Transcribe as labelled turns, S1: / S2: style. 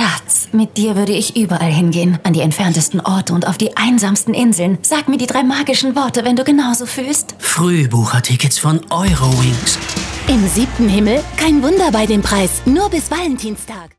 S1: Schatz, mit dir würde ich überall hingehen. An die entferntesten Orte und auf die einsamsten Inseln. Sag mir die drei magischen Worte, wenn du genauso fühlst.
S2: Frühbuchertickets von Eurowings.
S3: Im siebten Himmel? Kein Wunder bei dem Preis. Nur bis Valentinstag.